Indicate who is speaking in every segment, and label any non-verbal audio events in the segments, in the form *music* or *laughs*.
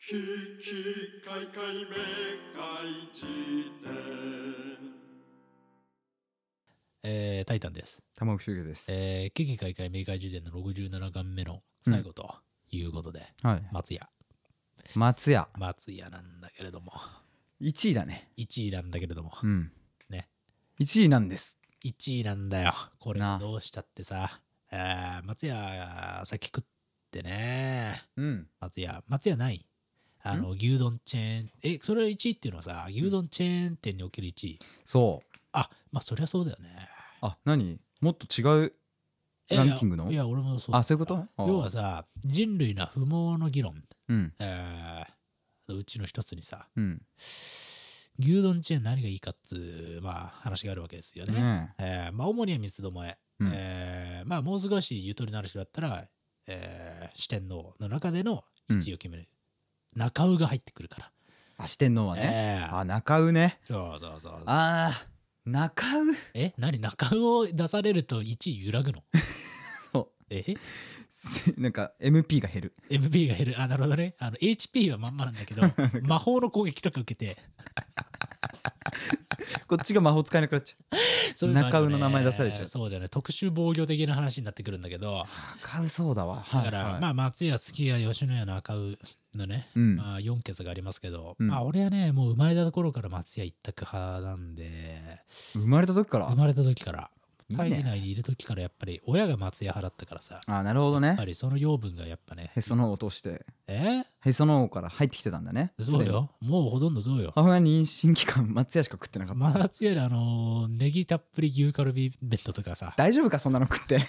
Speaker 1: ききかいかいめかい辞典
Speaker 2: えー、タイタンです。
Speaker 3: 玉置周家です。
Speaker 2: えー、危機開会明快時点の67巻目の最後ということで、
Speaker 3: はい。
Speaker 2: 松屋、
Speaker 3: 松屋。
Speaker 2: 松屋なんだけれども、
Speaker 3: 1位だね。
Speaker 2: 1位なんだけれども、
Speaker 3: うん。
Speaker 2: ね。
Speaker 3: 1位なんです。
Speaker 2: 1位なんだよ。これ
Speaker 3: な
Speaker 2: どうしたってさ、あー松屋、先食ってね、
Speaker 3: うん。
Speaker 2: 松屋、松屋ないあの、牛丼チェーン、え、それ1位っていうのはさ、牛丼チェーン店における1位。
Speaker 3: そう。
Speaker 2: あ、まあそりゃそうだよね。
Speaker 3: あ、何もっと違う
Speaker 2: え
Speaker 3: ランキングの
Speaker 2: いや、いや俺もそう。
Speaker 3: あ、そういうことあー
Speaker 2: 要はさ、人類の不毛の議論。
Speaker 3: うん。
Speaker 2: えーうちの一つにさ
Speaker 3: うん。
Speaker 2: 牛丼チェーン何がいいかっつう、まあ、話があるわけですよね。
Speaker 3: ね
Speaker 2: えーまあ、主には三つどもえ。
Speaker 3: うん
Speaker 2: えーまあ、もう少しゆとりのある人だったら、えー四天王の中での1位を決める。中尾が入ってくるか
Speaker 3: あ、四天王は
Speaker 2: ら。
Speaker 3: ね。
Speaker 2: えー
Speaker 3: あ、中尾ね。
Speaker 2: そうそうそう。
Speaker 3: あー、中尾。
Speaker 2: え何中尾を出されると1位揺らぐの
Speaker 3: *laughs* そ
Speaker 2: え
Speaker 3: う。 *laughs* なんか MP が減る。
Speaker 2: ?MP が減る。あ、なるほどね。あの HP はまんまなんだけ
Speaker 3: *laughs*
Speaker 2: ど、魔法の攻撃とか受けて、
Speaker 3: こっちが魔法使えなくなっちゃ
Speaker 2: そういうあるよね
Speaker 3: 中尾の名前出されちゃう
Speaker 2: そうだよね。特殊防御的な話になってくるんだけど、
Speaker 3: う。中尾そうだわ。
Speaker 2: だから、
Speaker 3: はいはい
Speaker 2: まあ松屋、すき家、吉野家の赤うのね、
Speaker 3: うん
Speaker 2: まあ4決がありますけど、
Speaker 3: うん
Speaker 2: まあ俺はね、もう生まれた頃から松屋一択派なんで、
Speaker 3: 生まれた時から。
Speaker 2: 生まれた時から、
Speaker 3: いい
Speaker 2: タイ
Speaker 3: ね
Speaker 2: 以内にいる時からやっぱり親が松屋派だったからさ、
Speaker 3: あ、なるほど
Speaker 2: や
Speaker 3: ね
Speaker 2: っぱ。りその養分がやっぱね、
Speaker 3: へその緒を通して。
Speaker 2: え
Speaker 3: へその緒から入ってきてたんだね。
Speaker 2: そう。よ。もうほとんどそうよ。
Speaker 3: 母親に妊娠期間、松屋しか食ってなかった。
Speaker 2: 松屋であのー、ネギたっぷり牛カルビ弁当とかさ、
Speaker 3: 大丈夫かそんなの食って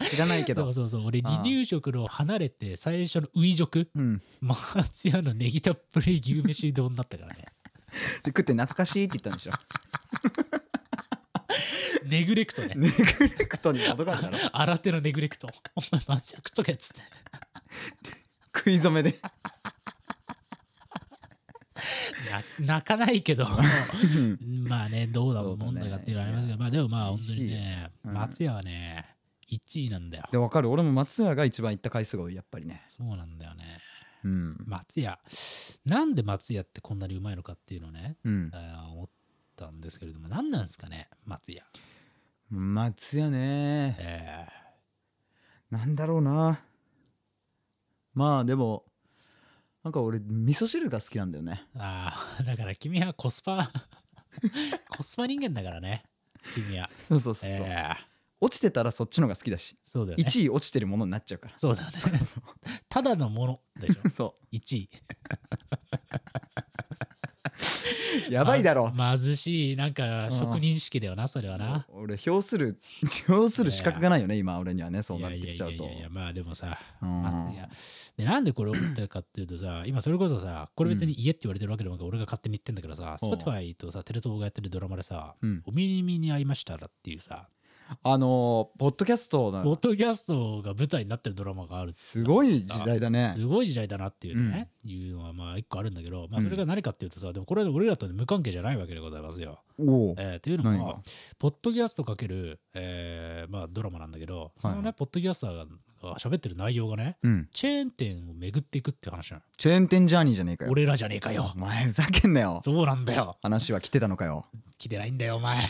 Speaker 3: *laughs* 知らないけ
Speaker 2: そ
Speaker 3: ど
Speaker 2: うそうそう、俺
Speaker 3: ああ
Speaker 2: 離乳食を離れて最初の初食、
Speaker 3: うん、で
Speaker 2: 松屋のネギたっぷり牛飯丼だったから
Speaker 3: *laughs*
Speaker 2: ね。
Speaker 3: 食って懐かしいって言ったんでしょ
Speaker 2: ネグレクトね。
Speaker 3: ネグレクトに驚かんだろ
Speaker 2: 新手のネグレクト。お前松屋食っとけっつって。
Speaker 3: *laughs* 食い初めで
Speaker 2: な泣かないけど、 *laughs* まあね、どうだ
Speaker 3: そうだね
Speaker 2: 問題かっていうのはありますけど、まあでもまあ本当にね、
Speaker 3: うん
Speaker 2: 松屋はね、1位なんだよ。
Speaker 3: でわかる俺も松屋が一番行った回数が多いやっぱりね
Speaker 2: そうなんだよね。
Speaker 3: うん、
Speaker 2: 松屋。なんで松屋ってこんなにうまいのかっていうのをね、
Speaker 3: うん、
Speaker 2: あー思ったんですけれども、何なんですかね、松屋。
Speaker 3: 松屋ね
Speaker 2: え
Speaker 3: なんだろうなまあでもなんか俺味噌汁が好きなんだよね
Speaker 2: ー、ああ、だから君はコスパ、 *laughs* コスパ人間だからね、君は。
Speaker 3: そうそうそうそう、
Speaker 2: えー、
Speaker 3: 落ちてたらそっちのが好きだし
Speaker 2: そうだよね。
Speaker 3: 1位落ちてるものになっちゃうから
Speaker 2: そうだね。 *laughs* ただのもの
Speaker 3: *laughs*
Speaker 2: でしょ。
Speaker 3: そ
Speaker 2: 1位。
Speaker 3: うやばいだろ、
Speaker 2: ま貧しい、なんか、
Speaker 3: うん
Speaker 2: 職人式だよな、それはな。
Speaker 3: 俺表する *laughs* 表する資格がないよね今俺にはねそう
Speaker 2: い
Speaker 3: なっ
Speaker 2: やい
Speaker 3: て
Speaker 2: や
Speaker 3: き
Speaker 2: い
Speaker 3: ちゃ
Speaker 2: や
Speaker 3: う
Speaker 2: い
Speaker 3: と
Speaker 2: やいや、まあでもさ、
Speaker 3: うん
Speaker 2: 松屋。で、なんでこれ思ったかっていうとさ、今それこそさ、これ別に家って言われてるわけでもなく、俺が勝手に言ってんだけどさ、
Speaker 3: うん
Speaker 2: Spotify とさ、テレ東がやってるドラマでさ、
Speaker 3: うん
Speaker 2: お耳に合いましたらっていうさ、
Speaker 3: あのーポッドキャスト
Speaker 2: ポ
Speaker 3: の
Speaker 2: ッドキャストが舞台になってるドラマがあるってさ
Speaker 3: すごい時代だね
Speaker 2: すごい時代だなっていうね、いうのはまあ一個あるんだけど、まあそれが何かっていうとさ、でもこれは俺らと無関係じゃないわけでございますよ。
Speaker 3: おお
Speaker 2: えー、っていうの
Speaker 3: 何
Speaker 2: も
Speaker 3: が、
Speaker 2: ポッドキャストかける、えーまあ、ドラマなんだけど、そのね、
Speaker 3: はいはい
Speaker 2: ポッドキャスターがが喋ってる内容がね、
Speaker 3: うん
Speaker 2: チェーン店を巡っていくっていう話な
Speaker 3: チェーン店ジャーニーじゃねえか
Speaker 2: の。
Speaker 3: よ
Speaker 2: 俺らじゃねえかよ
Speaker 3: お。前ふざけんなよ
Speaker 2: そうなんだよ。
Speaker 3: 話は来てたのかよ
Speaker 2: 来てないんだよ、お前。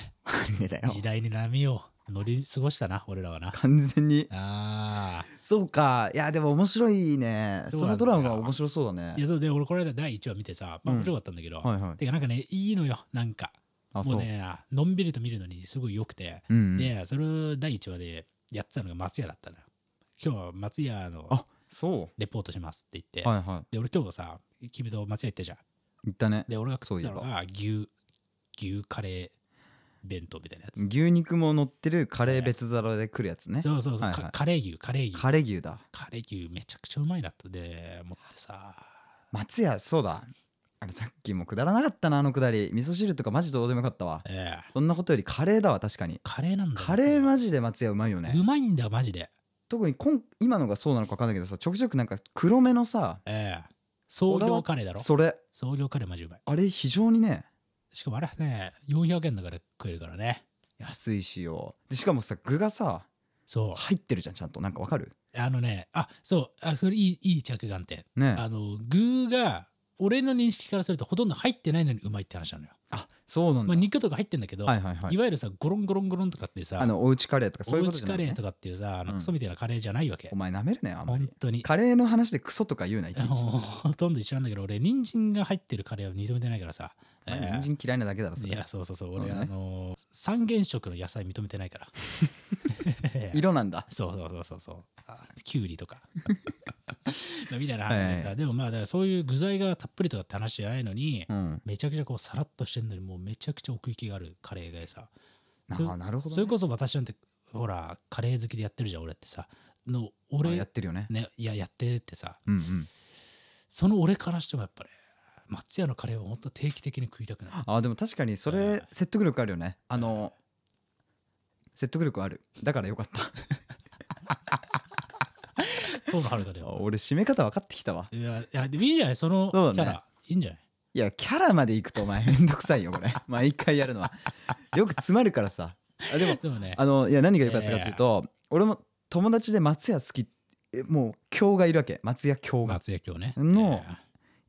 Speaker 3: なんでだよ
Speaker 2: 時代に波を乗り過ごしたな、俺らはな。
Speaker 3: 完全に
Speaker 2: あ
Speaker 3: そうかいやでも面白いね
Speaker 2: そ
Speaker 3: そう
Speaker 2: なんだよ
Speaker 3: のドラマが面白そうだね
Speaker 2: あ。いや、そうで、俺この間第1話見てさ、まあ
Speaker 3: うん
Speaker 2: 面白かったんだけど、
Speaker 3: はいはい
Speaker 2: てかなんかね、いいのよ、なんか。
Speaker 3: あ
Speaker 2: も
Speaker 3: そうう
Speaker 2: ね、のんびりと見るのにすごい良くて、
Speaker 3: うんうん
Speaker 2: で、それを第1話でやってたのが松屋だったのよ。今日は松屋の
Speaker 3: あそ
Speaker 2: レポートしますって言って、
Speaker 3: うはいはい
Speaker 2: で、俺今日さ、君と松屋行ったじゃん。
Speaker 3: 言ったね
Speaker 2: で、俺が食
Speaker 3: そう
Speaker 2: っ
Speaker 3: い
Speaker 2: て
Speaker 3: え
Speaker 2: たの
Speaker 3: ば
Speaker 2: が牛、牛カレー弁当みたいなやつ。
Speaker 3: 牛肉も乗ってるカレー別皿で来るやつね
Speaker 2: そうそうそう、
Speaker 3: はいはい
Speaker 2: かカレー牛、カレー牛。
Speaker 3: カレー牛だ
Speaker 2: カレー牛めちゃくちゃうまいなってで思ってさ、
Speaker 3: 松屋そうだあれさっきもくだらなかったなあのくだり味噌汁とかマジどうでもよかったわ
Speaker 2: ええ
Speaker 3: そんなことよりカレーだわ確かに
Speaker 2: カレーなんだよ
Speaker 3: カレーマジで松屋うまいよね
Speaker 2: うまいんだよ、マジで。
Speaker 3: 特に今今のがそうなのか分かんないけどさちょくちょくなんか黒目のさ
Speaker 2: ええ創業カレーだろ
Speaker 3: それ
Speaker 2: 創業カレーマジうまい。
Speaker 3: あれ非常にね
Speaker 2: しかもあれはね、400円だから食えるからね。
Speaker 3: 安いしよでしかもさ具がさ
Speaker 2: そう。
Speaker 3: 入ってるじゃんちゃんとなんかわかる
Speaker 2: あのねあそうあそれいいいい着眼点
Speaker 3: ね
Speaker 2: あ
Speaker 3: あ
Speaker 2: の具が俺の認識からするとほとんど入ってないのにうまいって話なのよ、
Speaker 3: そうなんだ、
Speaker 2: まあ、肉とか入ってんだけど、
Speaker 3: はい
Speaker 2: い
Speaker 3: はいはい
Speaker 2: わゆるさゴロンゴロンゴロンとかってさ
Speaker 3: あのおうちカレーとかそういう
Speaker 2: お
Speaker 3: こ
Speaker 2: う
Speaker 3: とじ
Speaker 2: ち
Speaker 3: ゃな
Speaker 2: カレ
Speaker 3: い、ね、
Speaker 2: ーとかっていうさあの
Speaker 3: うん
Speaker 2: クソみたいなカレーじゃないわけ、
Speaker 3: お前なめるねあんま
Speaker 2: 本
Speaker 3: り
Speaker 2: 当に
Speaker 3: カレーの話でクソとか言うないちいち
Speaker 2: もうほとんど一緒なんだけど俺人参が入ってるカレーは認めてないからさ、えー
Speaker 3: 人参嫌いなだけだろそ
Speaker 2: い
Speaker 3: れ
Speaker 2: やそうそうそう俺、
Speaker 3: そうね
Speaker 2: あのー三原色の野菜認めてない
Speaker 3: *laughs*
Speaker 2: から
Speaker 3: 色なんだ
Speaker 2: *laughs* そうそうそうそうそうあきゅうりと
Speaker 3: *laughs*
Speaker 2: かまあみたいな話でさ、
Speaker 3: はい
Speaker 2: でもまあだからそういう具材がたっぷりとかって話じゃないのに、
Speaker 3: うん
Speaker 2: めちゃくちゃこうさらっとしてんのにもうめちゃくちゃ奥行きがあるカレーがさ
Speaker 3: な
Speaker 2: それ
Speaker 3: あなるほどね、
Speaker 2: それこそ私なんてほらカレー好きでやってるじゃん俺ってさの
Speaker 3: あ
Speaker 2: 俺
Speaker 3: やってるよね
Speaker 2: ねいややってるってさ
Speaker 3: うんうん
Speaker 2: その俺からしてもやっぱり松屋のカレーは本当定期的に食いたく
Speaker 3: *laughs*
Speaker 2: なる
Speaker 3: あでも確かにそ
Speaker 2: うん
Speaker 3: れ説得力あるよねあの説得力あるだからよかった
Speaker 2: 遠野遥かで
Speaker 3: あ
Speaker 2: も
Speaker 3: *laughs* 俺締め方分かってきたわ
Speaker 2: いやいやでもいいんじゃないそのキ
Speaker 3: そうだね
Speaker 2: ャラ、いいんじゃない
Speaker 3: いやキャラまで行くとお前 *laughs* めんどくさいよこれ毎回やるのはよく詰まるからさあでも
Speaker 2: でもね
Speaker 3: あのいや何が良かったかっていうと俺も友達で松屋好きえもう教がいるわけ松屋教が
Speaker 2: 松屋今日ね
Speaker 3: の
Speaker 2: えー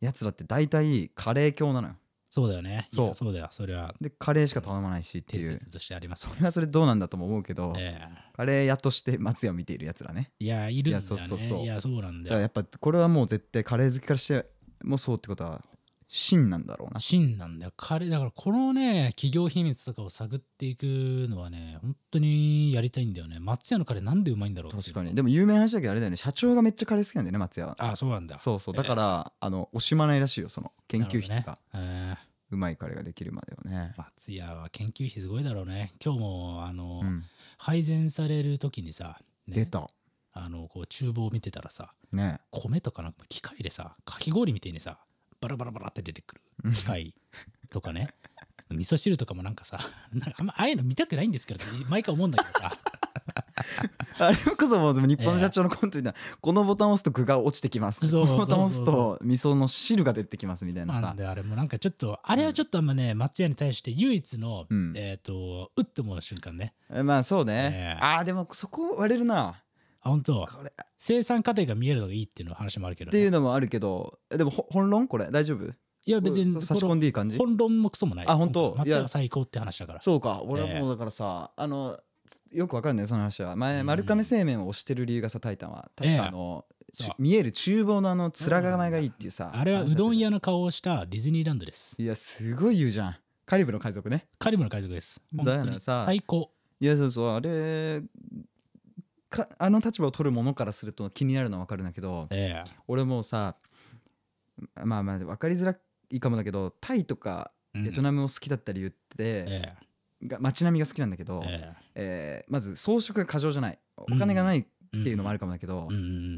Speaker 3: やつらって大体カレー教なのよ
Speaker 2: そうだよねいや
Speaker 3: そう
Speaker 2: そうだよそれは
Speaker 3: でカレーしか頼まないしって
Speaker 2: 定
Speaker 3: いう
Speaker 2: 説としてあります
Speaker 3: それ *laughs* はそれどうなんだとも思うけど、
Speaker 2: えー
Speaker 3: カレー屋として松屋を見ているやつらね
Speaker 2: いやいるんだよねいや
Speaker 3: い
Speaker 2: そ
Speaker 3: やそううそうそう
Speaker 2: なんだ
Speaker 3: だか
Speaker 2: よ
Speaker 3: らやっぱこれはもう絶対カレー好きからしてもそうってことは真なんだろうな
Speaker 2: 真なんだよ彼だからこのね企業秘密とかを探っていくのはね本当にやりたいんだよね松屋のカレーなんでうまいんだろうっていう
Speaker 3: 確かにでも有名な話だけどあれだよね社長がめっちゃカレー好きなんだよね松屋は
Speaker 2: あそうなんだ
Speaker 3: そうそうだから、あの惜しまないらしいよその研究費とか、
Speaker 2: なるほどね
Speaker 3: うまいカレーができるまではね
Speaker 2: えー、松屋は研究費すごいだろうね今日もあの、
Speaker 3: うん、
Speaker 2: 配膳される時にさ、ね
Speaker 3: 出た
Speaker 2: あのこう厨房を見てたらさ
Speaker 3: ね
Speaker 2: 米とかなんか機械でさかき氷みたいにさバラバラバラって出てく
Speaker 3: う
Speaker 2: る
Speaker 3: ん
Speaker 2: 機械とかね味噌汁とかもなんかさなんかあんまああいうの見たくないんですけどって毎回思うんだけどさ
Speaker 3: あれこそもうでも日本の社長のコントみたいな、このボタンを押すと具が落ちてきます
Speaker 2: そうそうそう
Speaker 3: このボタンを押すと味噌の汁が出てきますみたいな
Speaker 2: な
Speaker 3: さ
Speaker 2: んであれもなんかちょっとあれはちょっとあんまね松屋に対して唯一の、
Speaker 3: うん
Speaker 2: えっ、とうって思う瞬間ね
Speaker 3: えまあそうね、
Speaker 2: ええ
Speaker 3: ああでもそこ割れるな
Speaker 2: あ本当
Speaker 3: これっ
Speaker 2: 生産過程が見えるのがいいっていうの話もあるけど、
Speaker 3: て
Speaker 2: ね、
Speaker 3: いうのもあるけどえでもほ本論これ大丈夫
Speaker 2: いや別に
Speaker 3: そう差し込んでいい感じ
Speaker 2: 本論もクソもない
Speaker 3: あ本当
Speaker 2: 松
Speaker 3: い
Speaker 2: 屋
Speaker 3: や
Speaker 2: が最高って話だから
Speaker 3: そうか俺はもうだからさ、あのよくわかんないその話は前丸亀製麺を推してる理由がさタイタンは確
Speaker 2: ええ
Speaker 3: かあの、ちゅ
Speaker 2: そう
Speaker 3: 見える厨房のあの面構えがいいっていうさ
Speaker 2: あれはうどん屋の顔をしたディズニーランドです
Speaker 3: いやすごい言うじゃんカリブの海賊ね
Speaker 2: カリブの海賊です本
Speaker 3: だよ
Speaker 2: 当
Speaker 3: ね
Speaker 2: に
Speaker 3: さ
Speaker 2: 最高
Speaker 3: いやそうそうあれかあの立場を取るものからすると気になるのはわかるんだけど
Speaker 2: え
Speaker 3: 俺もうさまあまあ分かりづらいかもだけどタイとか
Speaker 2: え
Speaker 3: ベトナムを好きだった理由っ
Speaker 2: ム
Speaker 3: て、
Speaker 2: ええ
Speaker 3: が街並みが好きなんだけど、え
Speaker 2: え
Speaker 3: ーまず装飾が過剰じゃないお
Speaker 2: うん
Speaker 3: 金がないっ
Speaker 2: え
Speaker 3: ていうのもあ
Speaker 2: る
Speaker 3: るかもだけど、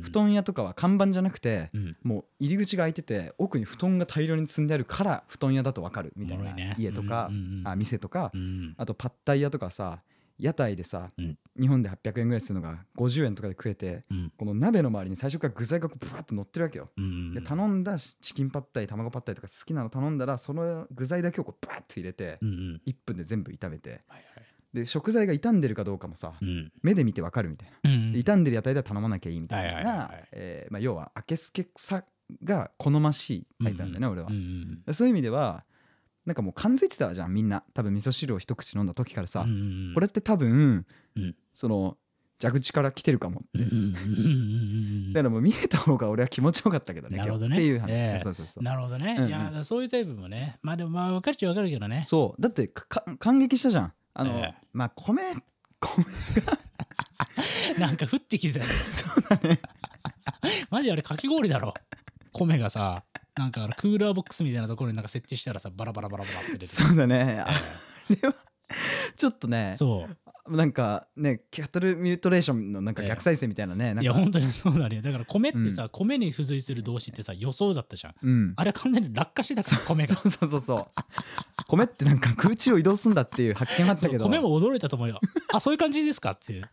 Speaker 2: 布
Speaker 3: 布団屋とかは看板じゃなくて
Speaker 2: うん
Speaker 3: もう入り口が開いてて奥に布団が大量に積んであるから布団屋だと分かるみたい
Speaker 2: おもろ
Speaker 3: な
Speaker 2: ね
Speaker 3: 家とか、
Speaker 2: うんうん
Speaker 3: あ店とか、
Speaker 2: うん
Speaker 3: あとパッタイ屋とかさ屋台でさ、
Speaker 2: うん
Speaker 3: 日本で800円ぐらいするのが50円とかで食えて
Speaker 2: うん
Speaker 3: この鍋の周りに最初から具材がこうブワッと乗ってるわけよ。
Speaker 2: うん
Speaker 3: で頼んだしチキンパッタイ卵パッタイとか好きなの頼んだらその具材だけをこうバーッと入れて
Speaker 2: うんうん
Speaker 3: 1分で全部炒めて
Speaker 2: はいはい
Speaker 3: で食材が傷んでるかどうかもさ
Speaker 2: うん
Speaker 3: 目で見てわかるみたいな
Speaker 2: うん
Speaker 3: で傷んでる屋台では頼まなきゃいいみた
Speaker 2: はいは
Speaker 3: い
Speaker 2: いはい
Speaker 3: な
Speaker 2: はい
Speaker 3: えーまあ要は明けすけさが好ましいタイプなんだよね俺は
Speaker 2: うんうん
Speaker 3: そういう意味ではなんかもう感づいてたじゃんみんな多分味噌汁を一口飲んだ時からさ
Speaker 2: うんうんうん
Speaker 3: これって多分、
Speaker 2: うん
Speaker 3: その蛇口から来てるかもっ
Speaker 2: うん
Speaker 3: て、
Speaker 2: うんうんうん
Speaker 3: だからもう見えた方が俺は気持ちよかったけどね
Speaker 2: なるほどね
Speaker 3: 今日っていう話、
Speaker 2: ええ
Speaker 3: そうそうそう
Speaker 2: なるほどね、
Speaker 3: うんうん
Speaker 2: いやだからそういうタイプもねまあでもまあ分かるっちゃ分かるけどね
Speaker 3: そうだってかか感激したじゃんあの、
Speaker 2: ええ
Speaker 3: まあ米米
Speaker 2: なんか降ってきてたよマジあれかき氷だろ米がさなんかあのクーラーボックスみたいなところになんか設置したらさバラバラバラバラって出て
Speaker 3: そうだねあ
Speaker 2: え
Speaker 3: れはちょっとね
Speaker 2: えそう
Speaker 3: なんかねキャトルミュートレーションのなんか
Speaker 2: ええ
Speaker 3: 逆再生みたいなね、なんか
Speaker 2: いや本当にそうだねだから米ってさ、米に付随する動詞ってさ予想だったじゃん
Speaker 3: うん
Speaker 2: あれは完全に落下してたから米が
Speaker 3: そうそうそうそう米ってなんか空中を移動すんだっていう発見があったけど
Speaker 2: 米も驚いたと思うよあそういう感じですかっていう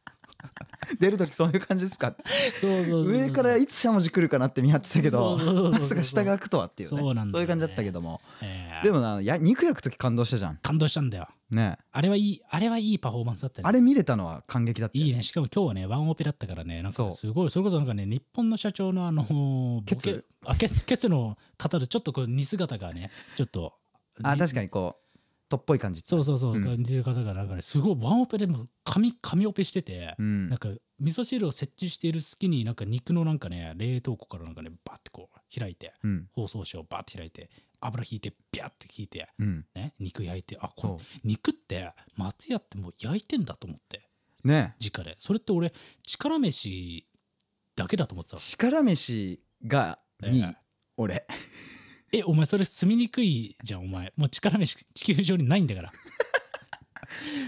Speaker 3: 出る時そういう感じですかって
Speaker 2: そうそうそう
Speaker 3: 上からいつしゃもじ来るかなって見張ってたけど
Speaker 2: そうそうそうそう
Speaker 3: まさか下が開くとはっていうね
Speaker 2: そうなんだよね
Speaker 3: いう感じだったけども
Speaker 2: えー
Speaker 3: でもなや肉焼く時感動したじゃん
Speaker 2: 感動したんだよ
Speaker 3: ね
Speaker 2: あれはいいあれはいいパフォーマンスだったね
Speaker 3: あれ見れたのは感激だったよ
Speaker 2: いいねしかも今日はねワンオペだったからねなん
Speaker 3: そ
Speaker 2: か
Speaker 3: う
Speaker 2: すごいそれこそなんかね日本の社長のあのボケ
Speaker 3: ケツ
Speaker 2: あケツケツの方とちょっとこう似姿がねちょっと
Speaker 3: あ
Speaker 2: に
Speaker 3: 確かにこうとっぽい感じ
Speaker 2: そうそうそう、
Speaker 3: うん
Speaker 2: 似てる方がなんかねすごいワンオペでも紙紙オペしてて、
Speaker 3: うん
Speaker 2: なんか味噌汁を設置している隙になんか肉のなんかね冷凍庫からなんかねバッてこう開いて
Speaker 3: うん
Speaker 2: 包装紙をバッて開いて油引いてビャッて引いて
Speaker 3: うん
Speaker 2: ね肉焼いてあこれ
Speaker 3: そ
Speaker 2: 肉って松屋ってもう焼いてんだと思って
Speaker 3: うね
Speaker 2: 直でそれって俺力飯だけだと思ってたの
Speaker 3: 力飯がに
Speaker 2: ええ
Speaker 3: 俺
Speaker 2: えお前それ住みにくいじゃんお前もう力飯地球上にないんだから